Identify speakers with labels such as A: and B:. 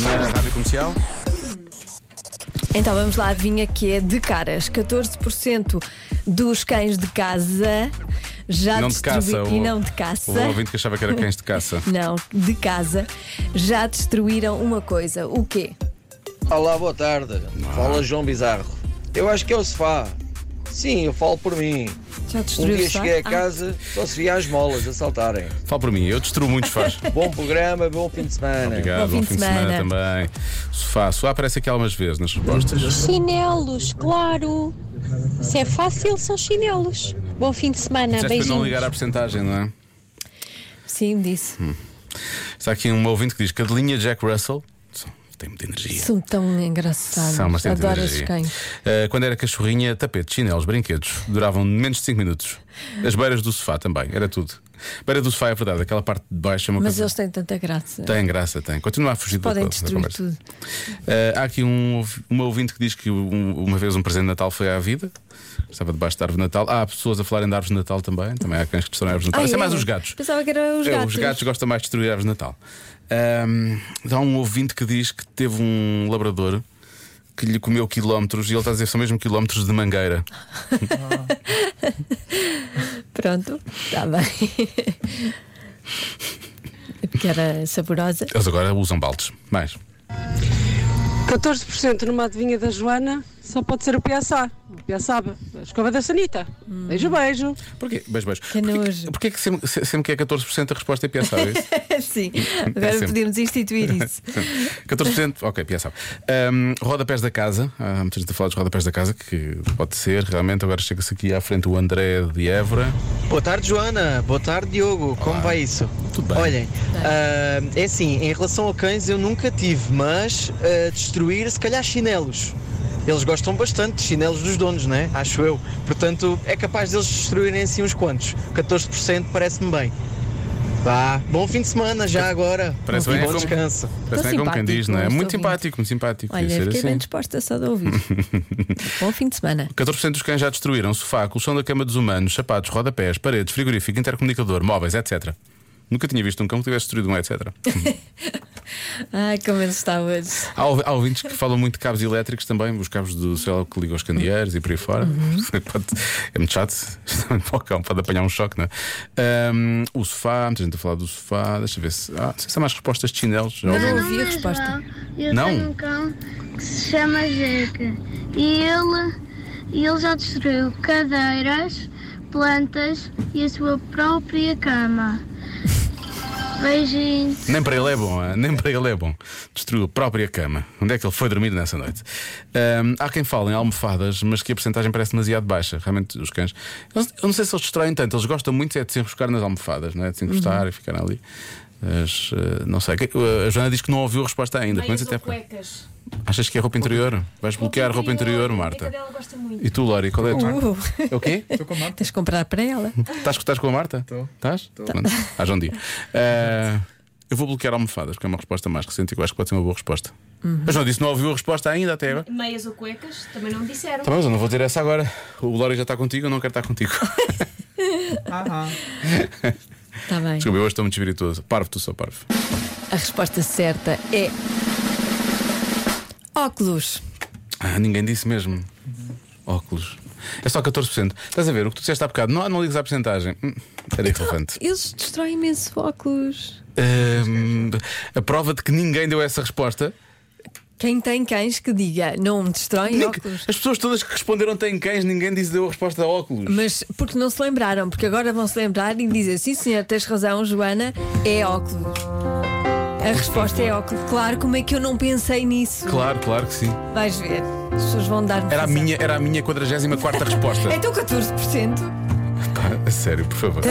A: Na rádio comercial?
B: Então vamos lá, adivinha que é de caras. 14% dos cães de casa já
A: Não de caça,
B: distribuí-
A: o-
B: e não de caça.
A: O ouvinte que achava que era cães de caça.
B: Não, de casa já destruíram uma coisa. O quê?
C: Olá, boa tarde. Fala João Bizarro. Eu acho que é o sofá. Sim, eu falo por mim.
B: Já
C: Um
B: destruiu
C: dia
B: o sofá?
C: cheguei a
B: Ah,
C: casa, só se via as molas a saltarem.
A: Fala por mim, eu destruo muitos faz.
C: Bom programa, bom fim de semana.
A: Obrigado,
B: Bom fim de semana.
A: também. Sofá, sofá aparece aqui algumas vezes nas respostas.
D: Chinelos, claro. Se é fácil, são chinelos. Bom fim de semana,
A: Dizeste para não
D: beijinhos.
A: ligar à porcentagem, não é?
B: Ah, Sim, disse.
A: Hum. Está aqui um ouvinte que diz cadelinha Jack Russell. São- Tem muita energia.
B: São tão engraçados.
A: São, mas tem muita
B: Adoro esses
A: energia.
B: cães.
A: Ah, quando era cachorrinha, tapete, chinelos, brinquedos. Duravam menos de 5 minutos. As beiras do sofá também, era tudo. Beira do sofá é verdade, aquela parte de baixo é uma
B: Mas
A: coisa.
B: eles têm tanta graça.
A: Tem graça, tem. Continua a fugir da
B: Podem
A: co- da
B: destruir
A: conversa.
B: tudo.
A: Uh, há aqui um, ouv- uma ouvinte que diz que um- uma vez um presente de Natal foi à vida. Estava debaixo da árvore de Natal. Há pessoas a falarem de árvores de Natal também. Também há cães que destroem árvores de Natal.
B: Ah,
A: Isso é
B: é?
A: mais os gatos.
B: Pensava que era os
A: É,
B: gatos.
A: Os gatos gostam mais de destruir árvores de Natal. Ahm, há um ouvinte que diz que teve um labrador que lhe comeu quilómetros e ele está a dizer que são mesmo quilómetros de mangueira.
B: Pronto, está bem. É Porque era saborosa.
A: Eles agora usam baldes. Mais.
E: 14% numa adivinha da Joana só pode ser o PSA. O PSA, a escova da Sanita. Beijo, beijo.
A: Porquê? Beijo, beijo.
B: Que
A: Porquê,
B: nojo.
A: porquê que sempre, se- sempre que é 14% a resposta é pensar isso?
B: Sim, agora
A: sempre.
B: podíamos instituir isso.
A: 14%, ok, piada sabe. Um, rodapés da casa, há muita gente a falar dos rodapés da casa, que pode ser, realmente. Agora chega-se aqui à frente o André de Évora.
F: Boa tarde, Joana. Boa tarde, Diogo. Como vai isso?
A: Tudo bem.
F: Olhem, ah, é assim, em relação a cães eu nunca tive, mas ah, destruir, se calhar, chinelos. Eles gostam bastante de chinelos dos donos, né? Acho eu. Portanto, é capaz deles destruírem assim uns quantos. 14% parece-me bem. Vá, bom fim de semana já agora.
A: Parece
F: e
A: bem
F: bom
A: como-
F: descanso.
A: Parece bem como quem
B: simpático,
A: diz, não é?
B: este
A: Muito
B: ouvinte.
A: simpático, muito simpático.
B: Olha,
A: podia ser
B: fiquei bem
A: assim.
B: disposta só de ouvir. Bom fim de semana.
A: 14% dos cães já destruíram sofá, colchão da cama dos humanos, sapatos, rodapés, paredes, frigorífico, intercomunicador, móveis, etc. Nunca tinha visto um cão que tivesse destruído um, etc.
B: Ai, como ele está hoje.
A: Há, ouv- há ouvintes que falam muito de cabos elétricos também, os cabos do céu que ligam os candeeiros e por aí fora. Pode- é muito chato. Para o cão, pode apanhar um choque, não é? Ahm, o sofá, muita gente a falar do sofá. Deixa eu ver se. Ah, não sei se há mais respostas de chinelos. Já ouvi.
B: Não ouvi a
G: mas
B: resposta.
G: vá. é Eu
A: Não?
G: tenho um cão que se chama Jeca e ele, e ele já destruiu cadeiras, plantas e a sua própria cama. Beijinhos.
A: Nem para ele é bom, ah, nem para ele é bom. Destruiu a própria cama. Onde é que ele foi dormir nessa noite? Ahm, há quem fala em almofadas, mas que a porcentagem parece demasiado baixa. Realmente, os cães. Eu não- eu não sei se eles destroem tanto, eles gostam muito é de se enroscar nas almofadas, não é? de se encostar e ficar ali. Mas, ah, não sei. A Joana diz que não ouviu a resposta ainda. pelo menos até... Achas que é roupa interior? Vais bloquear a roupa interior, Marta. E tu, Lori, qual é a tua?
B: Uh,
A: É o quê?
B: tens de comprar para ela.
A: Estás, estás com a Marta? Estou. Estás? Pronto. Haja um dia. Ah, eu vou bloquear almofadas, que é uma resposta mais recente e que eu acho que pode ser uma boa resposta. Mas não disse, não ouviu a resposta ainda até agora.
H: Meias ou cuecas também não disseram.
A: Tá bem, mas eu não vou dizer essa agora. O Lório já está contigo, eu não quero estar contigo.
B: Está bem.
A: Desculpa, eu hoje estou muito espirituoso. Parvo, tu sou parvo.
B: A resposta certa é. Óculos.
A: Ah, ninguém disse mesmo. Óculos. É só 14%. Estás a ver, o que tu disseste há bocado, não, não ligas à porcentagem. Hum, era irrelevante.
B: Oh, Eles destroem imenso óculos.
A: Ahm, a prova de que ninguém deu essa resposta.
B: Quem tem cães que diga não me destroem
A: Nem-
B: óculos.
A: as pessoas todas que responderam têm cães, ninguém disse deu a resposta a óculos.
B: Mas porque não se lembraram, porque agora vão se lembrar e dizer: sim, senhor, tens razão, Joana, é óculos. A resposta é óculos. Claro, como é que eu não pensei nisso?
A: Claro, claro que sim.
B: Vais ver. As pessoas vão dar-me
A: Era a
B: razão.
A: É minha, era a minha 44 resposta.
B: Então 14%.
A: Pá, a sério, por favor.